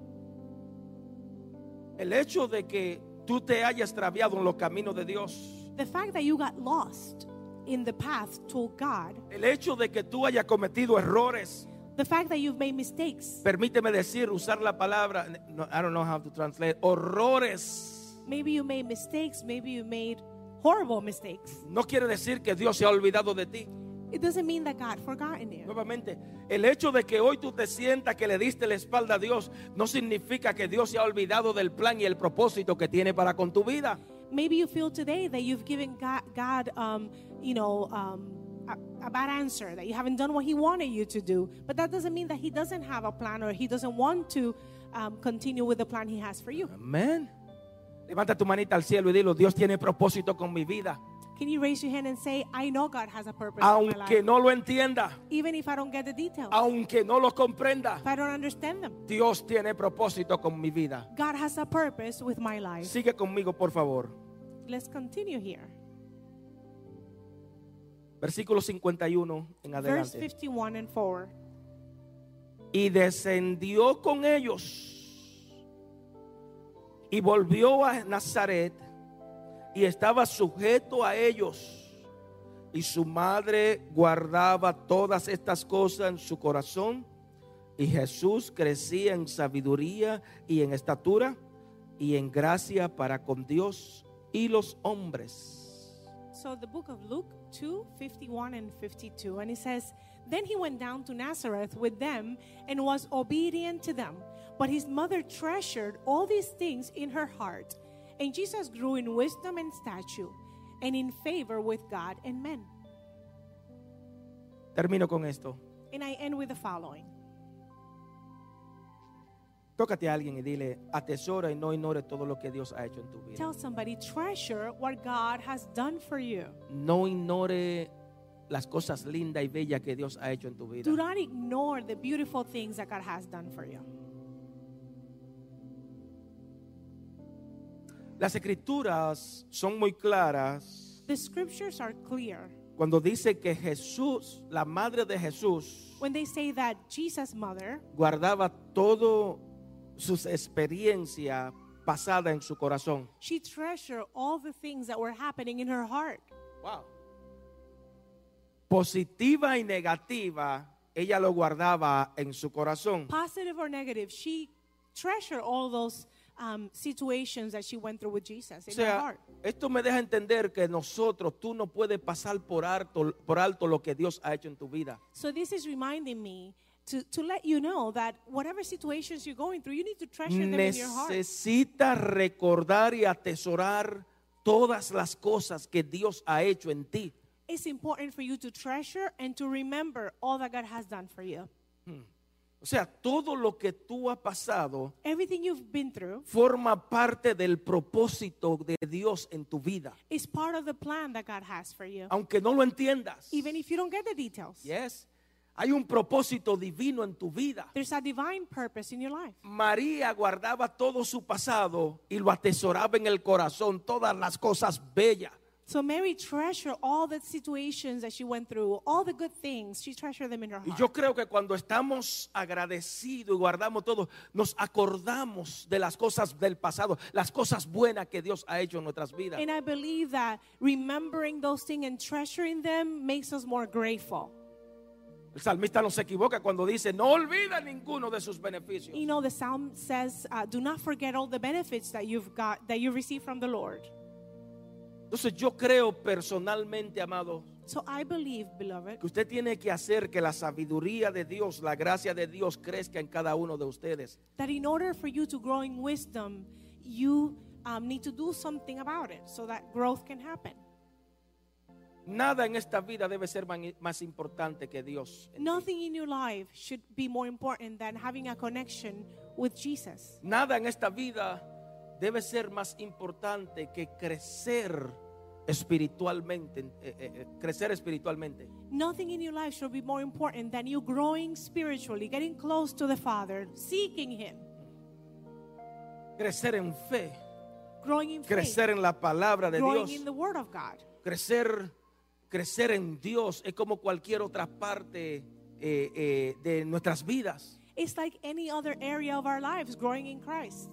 S1: El hecho de que tú te hayas extraviado en los caminos de Dios,
S2: The fact that you got lost in the path to God,
S1: el hecho de que tú hayas cometido errores,
S2: the fact that you've made mistakes,
S1: permíteme decir, usar la palabra, no, I don't know how to translate, horrores.
S2: maybe you made mistakes, maybe you made horrible mistakes.
S1: No quiere decir que Dios se ha olvidado de ti.
S2: It doesn't mean that God forgotten you.
S1: Nuevamente, el hecho de que hoy tú te sientas que le diste la espalda a Dios no significa que Dios se ha olvidado del plan y el propósito que tiene para con tu vida.
S2: Maybe you feel today that you've given God, God um, you know, um, a, a bad answer, that you haven't done what He wanted you to do. But that doesn't mean that He doesn't have a plan or He doesn't want to um, continue with the plan He has for you.
S1: Amén. Levanta tu manita al cielo y dilo, Dios tiene propósito con mi vida.
S2: Can you raise your hand and say, I know God has a purpose in my
S1: Aunque
S2: life,
S1: no lo entienda,
S2: even if I don't get the details,
S1: aunque no lo comprenda,
S2: if I don't understand them?
S1: Dios tiene propósito con mi vida.
S2: God has a purpose with my life.
S1: Sigue conmigo, por favor.
S2: Let's continue here.
S1: Versículo 51 en
S2: Verse
S1: adelante.
S2: 51 and 4.
S1: y descendió con ellos y volvió a Nazaret y estaba sujeto a ellos y su madre guardaba todas estas cosas en su corazón y Jesús crecía en sabiduría y en estatura y en gracia para con Dios y los hombres.
S2: So the book of Luke 2 51 and 52, and it says, Then he went down to Nazareth with them and was obedient to them. But his mother treasured all these things in her heart. And Jesus grew in wisdom and stature, and in favor with God and men.
S1: Termino con esto.
S2: And I end with the following
S1: Tócate a alguien y dile, atesora y no ignore todo lo que Dios ha hecho en tu vida.
S2: Tell somebody, treasure what God has done for you.
S1: no ignore las cosas lindas y bellas que Dios ha hecho en tu vida.
S2: Do not ignore the beautiful things that God has done for you.
S1: Las escrituras son muy claras
S2: The scriptures are clear
S1: cuando dice que Jesús, la madre de Jesús,
S2: when they say that Jesus' mother,
S1: guardaba todo sus experiencias pasadas en su corazón.
S2: She treasured all the things that were happening in her heart.
S1: Positiva y negativa, ella lo guardaba en su corazón.
S2: Positive or negative, she treasured all those um, situations that she went through with Jesus
S1: O
S2: in her
S1: sea,
S2: heart.
S1: esto me deja entender que nosotros, tú no puedes pasar por alto, por alto lo que Dios ha hecho en tu vida.
S2: So this is reminding me to, to let you know that whatever situations you're going through, you need to treasure them in your heart.
S1: Necesitas recordar y atesorar todas las cosas que Dios ha hecho en ti.
S2: It's important for you to treasure and to remember all that God has done for you.
S1: O sea, todo lo que tú has pasado
S2: Everything you've been through
S1: forma parte del propósito de Dios en tu vida,
S2: is part of the plan that God has for you.
S1: aunque no lo entiendas.
S2: Even if you don't get the details,
S1: Yes. Hay un propósito divino en tu vida.
S2: there's a divine purpose in your life.
S1: María guardaba todo su pasado y lo atesoraba en el corazón, todas las cosas bellas.
S2: So Mary treasured all the situations that she went through, all the good things. She treasured them in her
S1: Y
S2: heart.
S1: yo creo que cuando estamos agradecidos y guardamos todo, nos acordamos de las cosas del pasado, las cosas buenas que Dios ha hecho en nuestras vidas.
S2: And I believe that remembering those things and treasuring them makes us more grateful.
S1: El salmista no se equivoca cuando dice, no olvida ninguno de sus beneficios.
S2: You know, the psalm says, uh, "Do not forget all the benefits that you've got that you received from the Lord."
S1: Entonces yo creo personalmente, amado,
S2: So I believe, beloved,
S1: que usted tiene que hacer que la sabiduría de Dios, la gracia de Dios crezca en cada uno de ustedes.
S2: that in order for you to grow in wisdom, you um, need to do something about it so that growth can happen.
S1: Nada en esta vida debe ser man- más importante que Dios.
S2: Nothing in your life should be more important than having a connection with Jesus.
S1: Nada en esta vida debe ser más importante que crecer espiritualmente, eh, eh, eh, crecer espiritualmente.
S2: Nothing in your life should be more important than you growing spiritually, getting close to the Father, seeking Him,
S1: Crecer en fe,
S2: growing in faith,
S1: crecer en la palabra de
S2: growing
S1: Dios,
S2: in the Word of God,
S1: crecer crecer en Dios es como cualquier otra parte eh, eh, de nuestras vidas.
S2: It's like any other area of our lives, growing in Christ.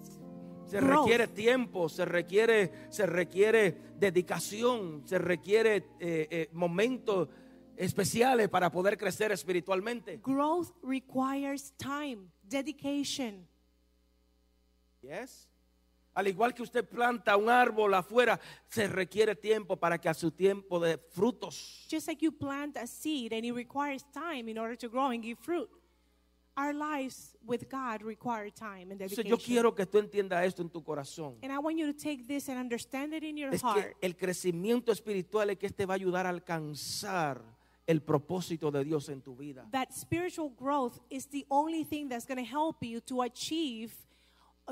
S1: Se
S2: Growth.
S1: requiere tiempo, se requiere, se requiere dedicación, se requiere eh, eh, momentos especiales para poder crecer espiritualmente.
S2: Growth requires time, dedication.
S1: Yes. Al igual que usted planta un árbol afuera, se requiere tiempo para que a su tiempo de frutos.
S2: Just like you plant a seed and it requires time in order to grow and give fruit. Our lives with God require time and
S1: Entonces,
S2: dedication.
S1: yo quiero que tú entiendas esto en tu corazón.
S2: And I want you to take this and understand it in your
S1: Es
S2: heart.
S1: que el crecimiento espiritual es que este va a ayudar a alcanzar el propósito de Dios en tu vida.
S2: that spiritual growth is the only thing that's going to help you to achieve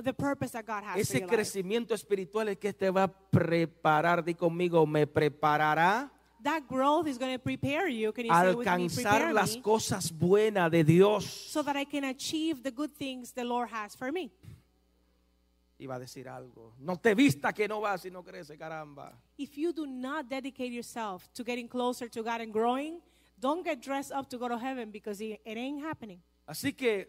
S2: the purpose that God has for
S1: Ese
S2: your life.
S1: crecimiento espiritual es que te va a preparar, di conmigo, me preparará
S2: That growth is going to prepare you. Can you
S1: a
S2: say with me,
S1: alcanzar
S2: prepare
S1: las
S2: me
S1: cosas buenas de Dios.
S2: so that I can achieve the good things the Lord has for me?
S1: Iba a decir algo. No te vista que no vas y no crece, caramba.
S2: If you do not dedicate yourself to getting closer to God and growing, don't get dressed up to go to heaven because it, it ain't happening.
S1: Así que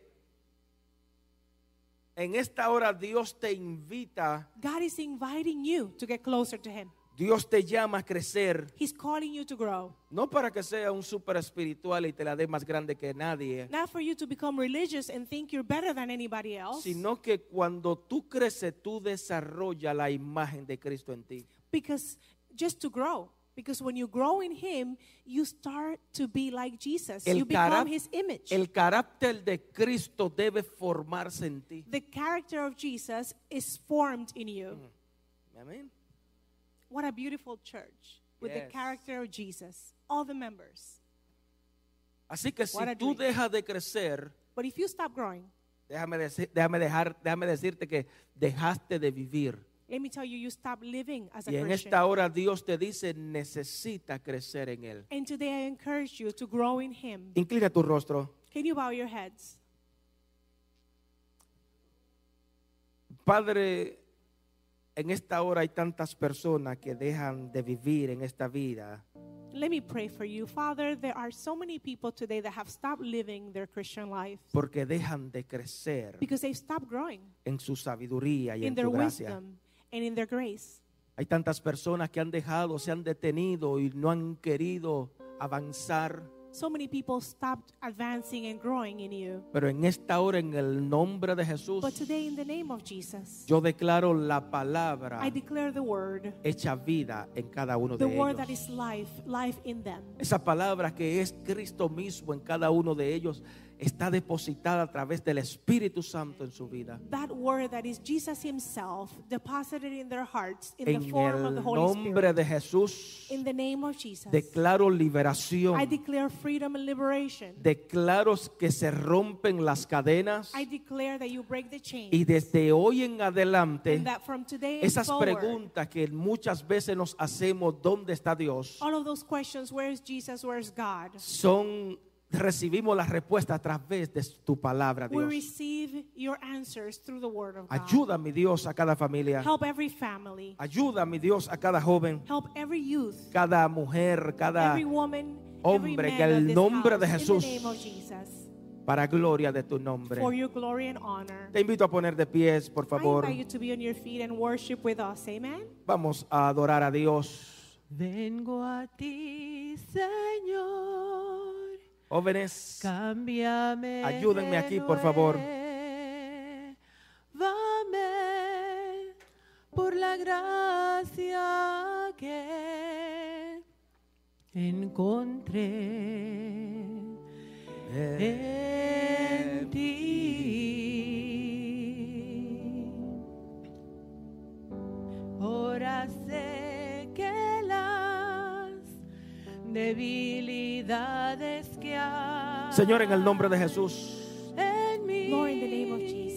S1: en esta hora Dios te invita,
S2: God is inviting you to get closer to Him.
S1: Dios te llama a crecer,
S2: He's calling you to grow.
S1: no para que sea un super espiritual y te la dé más grande que nadie,
S2: Not for you to become religious and think you're better than anybody else.
S1: sino que cuando tú creces, tú desarrollas la imagen de Cristo en ti.
S2: because just to grow because when you grow in him you start to be like jesus you
S1: El,
S2: become
S1: carac-
S2: his image
S1: el carácter de Cristo debe formarse en ti.
S2: the character of jesus is formed in you
S1: Mm. Amén.
S2: what a beautiful church with
S1: Yes.
S2: the character of jesus all the members
S1: Así que si
S2: What a
S1: tú
S2: dream.
S1: dejas de crecer,
S2: but if you stop growing
S1: déjame, deci- déjame, dejar, déjame decirte que dejaste de vivir.
S2: let me tell you you stop living as a
S1: Y en
S2: christian
S1: esta hora Dios te dice, necesita crecer en Él.
S2: and today i encourage you to grow in him
S1: Inclina tu rostro.
S2: can you bow your heads
S1: Padre, en esta hora hay tantas personas que dejan de vivir en esta vida
S2: let me pray for you father there are so many people today that have stopped living their christian life
S1: porque dejan de crecer
S2: because they've stopped growing
S1: en su sabiduría y
S2: in
S1: en
S2: their
S1: su gracia.
S2: wisdom and in their grace.
S1: Hay tantas personas que han dejado, se han detenido y no han querido avanzar.
S2: So many people stopped advancing and growing in you.
S1: Pero en esta hora, en el nombre de Jesús,
S2: But today, in the name of Jesus,
S1: yo declaro la palabra
S2: I declare the word,
S1: hecha vida en cada uno
S2: the
S1: de
S2: word that
S1: ellos.
S2: is life, life in them.
S1: Esa palabra que es Cristo mismo en cada uno de ellos está depositada a través del Espíritu Santo en su vida.
S2: That word that is Jesus Himself deposited in their hearts in
S1: En
S2: the form of the
S1: el
S2: Holy
S1: nombre
S2: Spirit.
S1: de Jesús,
S2: In the name of Jesus,
S1: declaro
S2: I
S1: liberación.
S2: declare freedom and liberation.
S1: Declaro que se rompen las cadenas.
S2: I declare that you break the
S1: Y
S2: chains.
S1: desde hoy en adelante,
S2: And that from today and
S1: esas
S2: forward,
S1: preguntas que muchas veces nos hacemos, ¿dónde está Dios?
S2: all of those questions where is Jesus, where is God?
S1: Son, recibimos la respuesta a través de tu palabra,
S2: We
S1: Dios.
S2: receive your answers through the word of God.
S1: Ayuda, mi Dios, a cada familia.
S2: Help every family.
S1: Ayuda, mi Dios, a cada joven,
S2: Help every youth,
S1: cada mujer, cada
S2: every woman, every
S1: hombre, que
S2: man
S1: el
S2: of this
S1: nombre de
S2: house,
S1: Jesús,
S2: in the name of Jesus,
S1: para gloria de tu
S2: for
S1: nombre.
S2: your glory and honor.
S1: Te invito a poner de pies, por
S2: I
S1: favor.
S2: invite you to be on your feet and worship with us. Amen.
S1: Vamos a adorar a Dios.
S3: Vengo a ti, Señor.
S1: Jóvenes,
S3: Cámbiame.
S1: Ayúdenme aquí, por favor.
S3: Vame por la gracia que encontré
S1: eh,
S3: en ti. Ahora sé que las debilidades que hay.
S1: Señor, en el nombre de Jesús.
S3: En mí.
S2: Lord, in the name of Jesus,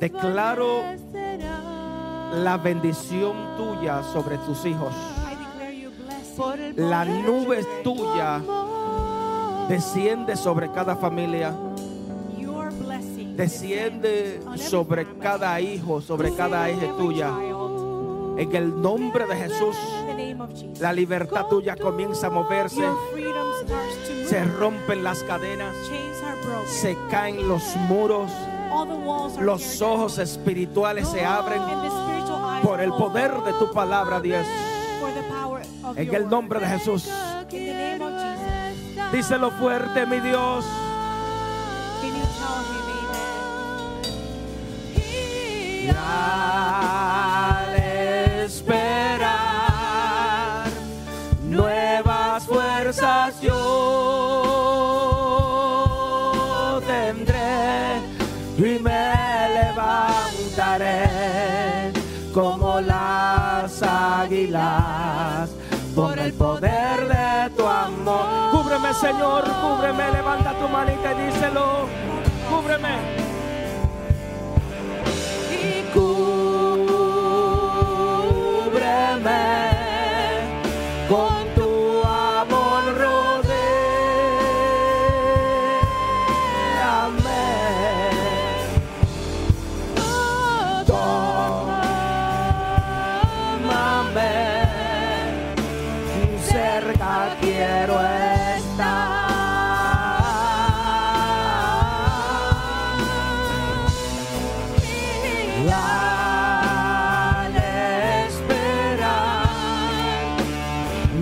S1: Declaro
S3: desvanecerán
S1: la bendición tuya sobre tus hijos.
S2: I declare you blessed.
S3: por el
S1: La
S3: poder
S1: nube
S3: de tu
S1: tuya
S3: amor.
S1: desciende sobre cada familia,
S2: Your blessing
S1: desciende
S2: descends on every
S1: sobre
S2: family,
S1: cada hijo, sobre
S2: descends
S1: cada
S2: on
S1: hija
S2: every
S1: tuya.
S2: child.
S1: En el nombre de Jesús,
S2: In the name of Jesus.
S1: la libertad tuya comienza a moverse.
S2: Your freedom starts to move.
S1: Se rompen las cadenas,
S2: Chains are broken.
S1: se caen los muros,
S2: All the walls are
S1: los
S2: tear down.
S1: ojos espirituales se abren
S2: And the spiritual eyes
S1: por
S2: are
S1: el
S2: opened.
S1: poder de tu palabra, Dios.
S2: For the power of
S1: En
S2: your
S1: el
S2: word.
S1: nombre de Jesús.
S2: In the name of Jesus.
S1: Díselo fuerte, mi Dios.
S2: Can you tell him
S1: Y
S2: amen?
S1: al esperar nuevas fuerzas yo tendré y me levantaré como las águilas por el poder de tu amor. Cúbreme, Señor, cúbreme, levanta tu manita y díselo. Cúbreme. Y cúbreme con tu amor rodéame tómame cerca quiero estar al esperar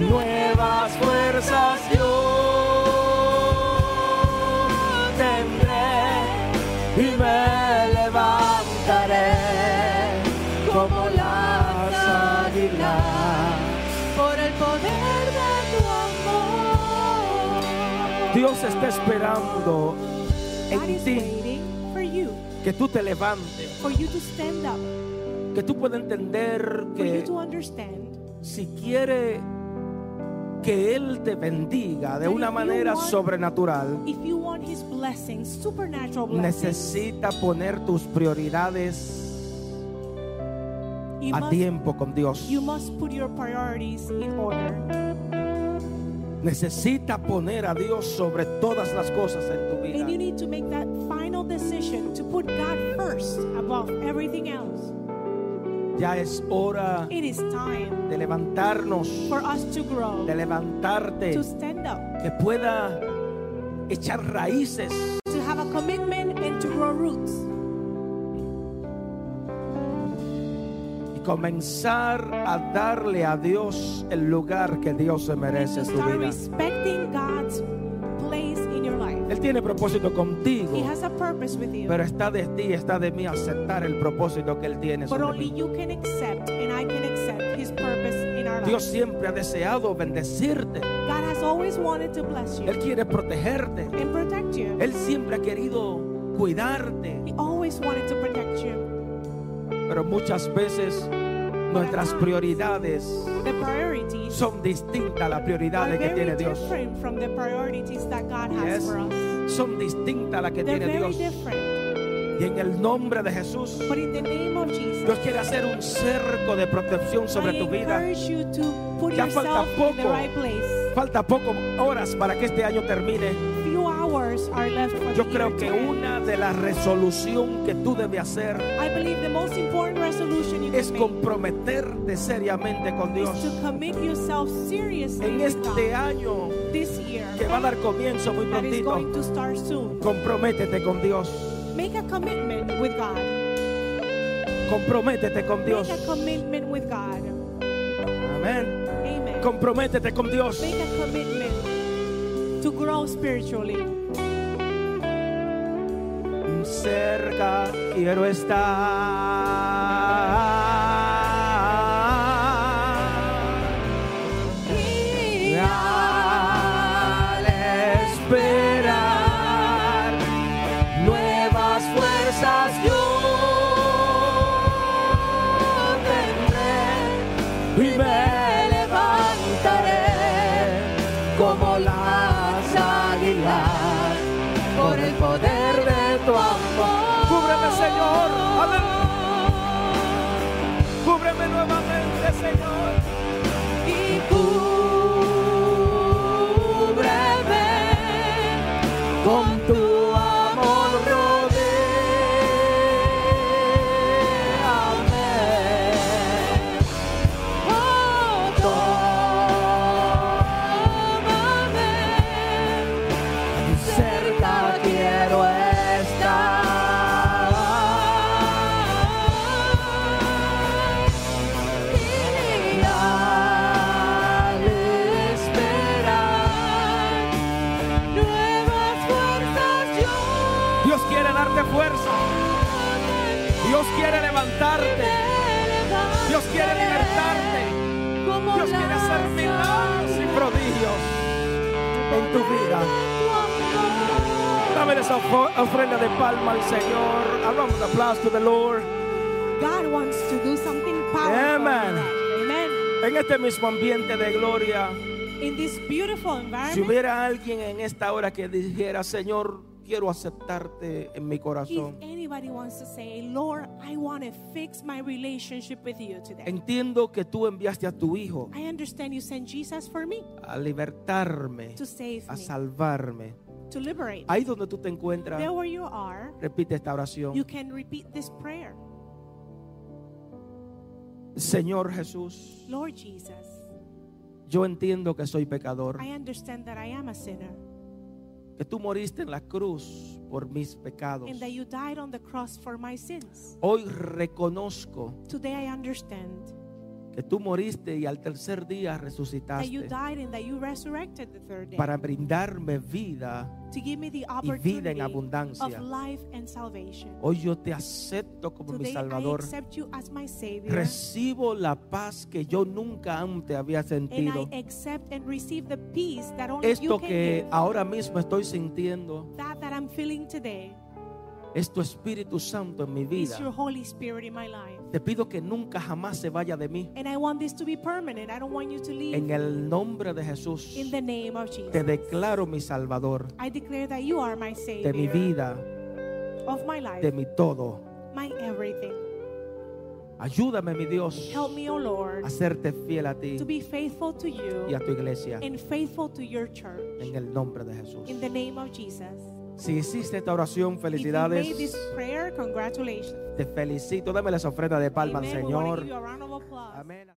S1: nuevas fuerzas yo tendré y me levantaré como las águilas.
S3: Por el poder de tu amor.
S1: Dios está esperando
S2: God
S1: en
S2: is
S1: ti
S2: waiting for you,
S1: que tú te levantes,
S2: for you to stand up,
S1: que tú puedas entender
S2: for you
S1: que
S2: to understand
S1: si quiere que Él te bendiga de una manera sobrenatural,
S2: if you want His blessings, supernatural blessings,
S1: necesita poner tus prioridades
S2: you
S1: a
S2: must,
S1: tiempo con Dios.
S2: you must put your priorities in order.
S1: Necesita poner a Dios sobre todas las cosas en tu
S2: And you
S1: vida.
S2: need to make that final decision to put God first above everything else.
S1: Ya es hora
S2: It is time
S1: de levantarnos,
S2: for us to grow,
S1: de levantarte,
S2: to stand up,
S1: que pueda echar raíces,
S2: to have a commitment, and to grow roots.
S1: y comenzar a darle a Dios el lugar que Dios se merece
S2: To
S1: en tu
S2: start
S1: vida.
S2: respecting God's place in your life.
S1: Él tiene propósito
S2: He
S1: contigo,
S2: has a purpose with you.
S1: pero está de ti, está de mí aceptar el propósito que Él tiene
S2: But
S1: sobre
S2: only
S1: mí.
S2: you can accept, and I can accept His purpose in our
S1: Dios
S2: lives.
S1: siempre ha deseado bendecirte.
S2: God has always wanted to bless you
S1: Él quiere protegerte.
S2: and protect you.
S1: Él siempre ha querido cuidarte.
S2: He always wanted to protect you.
S1: Pero muchas veces nuestras prioridades
S2: The priorities
S1: son distintas a las
S2: are
S1: prioridades que
S2: very
S1: tiene Dios.
S2: different from the priorities that God has
S1: Yes.
S2: for us.
S1: Son distintas a las que
S2: They're
S1: tiene
S2: very
S1: Dios.
S2: different.
S1: Y en el nombre de Jesús,
S2: But in the name of Jesus,
S1: Dios quiere hacer un cerco de protección
S2: I
S1: sobre tu vida.
S2: encourage you to put
S1: Ya falta
S2: yourself in the
S1: poco.
S2: right place.
S1: Falta poco horas para que este año termine.
S2: Few hours are left for
S1: Yo
S2: the year
S1: creo
S2: to
S1: que
S2: end.
S1: una de las resoluciones que tú debes hacer
S2: I believe the most important resolution you
S1: es
S2: can make
S1: comprometerte seriamente con
S2: is to
S1: Dios.
S2: commit yourself seriously
S1: En
S2: with God.
S1: este año
S2: this year
S1: que va a dar comienzo muy
S2: that is
S1: prontito,
S2: going to start soon.
S1: comprométete con Dios.
S2: Make a commitment with God.
S1: Comprométete con Dios.
S2: Make a commitment with God.
S1: Amén.
S2: Amen.
S1: Comprométete con Dios.
S2: Make a commitment to grow spiritually.
S1: Cerca quiero estar. Y al esperar nuevas fuerzas yo tendré y me levantaré como las águilas por el poder de tu amor. Cúbreme, Señor. Amén. Cúbreme nuevamente, Señor.
S3: Y cúbreme
S1: con tu amor rodéame Oh, quiere darte fuerza. Dios quiere levantarte. Dios quiere libertarte.
S3: como
S1: Dios quiere hacer
S3: lanza
S1: milagros y prodigios en tu vida.
S3: tu amor.
S1: Dame esa ofo- ofrenda de palma al Señor. A round of applause to the Lord.
S2: God wants to do something powerful. in
S1: Amen.
S2: that. Amen.
S1: En este mismo ambiente de gloria,
S2: In this beautiful
S1: si
S2: environment,
S1: hubiera alguien en esta hora que dijera, Señor, quiero aceptarte en mi
S2: if
S1: corazón.
S2: anybody wants to say, Lord, I want to fix my relationship with you today.
S1: Entiendo que tú enviaste a tu Hijo
S2: I understand you sent Jesus for me
S1: a libertarme,
S2: to save
S1: a
S2: me,
S1: salvarme.
S2: to liberate. me.
S1: Ahí donde tú te encuentras,
S2: There where you are,
S1: repite esta
S2: you
S1: oración.
S2: can repeat this prayer.
S1: Señor Jesús,
S2: Lord Jesus,
S1: yo entiendo que soy pecador,
S2: I understand that I am a sinner
S1: que tú moriste en la cruz por mis pecados.
S2: and that you died on the cross for my sins.
S1: Hoy reconozco
S2: Today I understand
S1: que tú moriste y al tercer día
S2: that you
S1: resucitaste
S2: died and that you resurrected the third day
S1: para brindarme vida.
S2: to give me the
S1: vida en
S2: opportunity
S1: abundancia.
S2: of life and salvation.
S1: Hoy yo te acepto como mi
S2: Today
S1: Salvador.
S2: I accept you as my Savior
S1: Recibo la paz que yo nunca antes había
S2: and
S1: sentido.
S2: I accept and receive the peace that only you
S1: Esto
S2: can
S1: que
S2: give.
S1: ahora mismo estoy sintiendo
S2: That that I'm feeling today
S1: es tu Espíritu Santo en mi
S2: is your
S1: vida.
S2: Holy Spirit in my life.
S1: Te pido que nunca jamás se vaya de mí.
S2: And I want this to be permanent. I don't want you to leave
S1: En el nombre de Jesús
S2: in the name of
S1: te
S2: Jesus.
S1: declaro mi Salvador
S2: I declare that you are my Savior
S1: de mi vida,
S2: of my life,
S1: de mi todo.
S2: my everything.
S1: Ayúdame, mi Dios,
S2: Help me, O Lord,
S1: a serte fiel a ti
S2: to be faithful to
S1: y a
S2: you
S1: tu iglesia.
S2: and faithful to your church.
S1: En el nombre de Jesús.
S2: In the name of Jesus.
S1: Si hiciste esta oración,
S2: If you made this
S1: felicidades.
S2: prayer, congratulations.
S1: Te felicito. Dame las ofrendas de palma al
S2: Amen. We wanna give
S1: Señor.
S2: you a round of applause.
S1: Amén.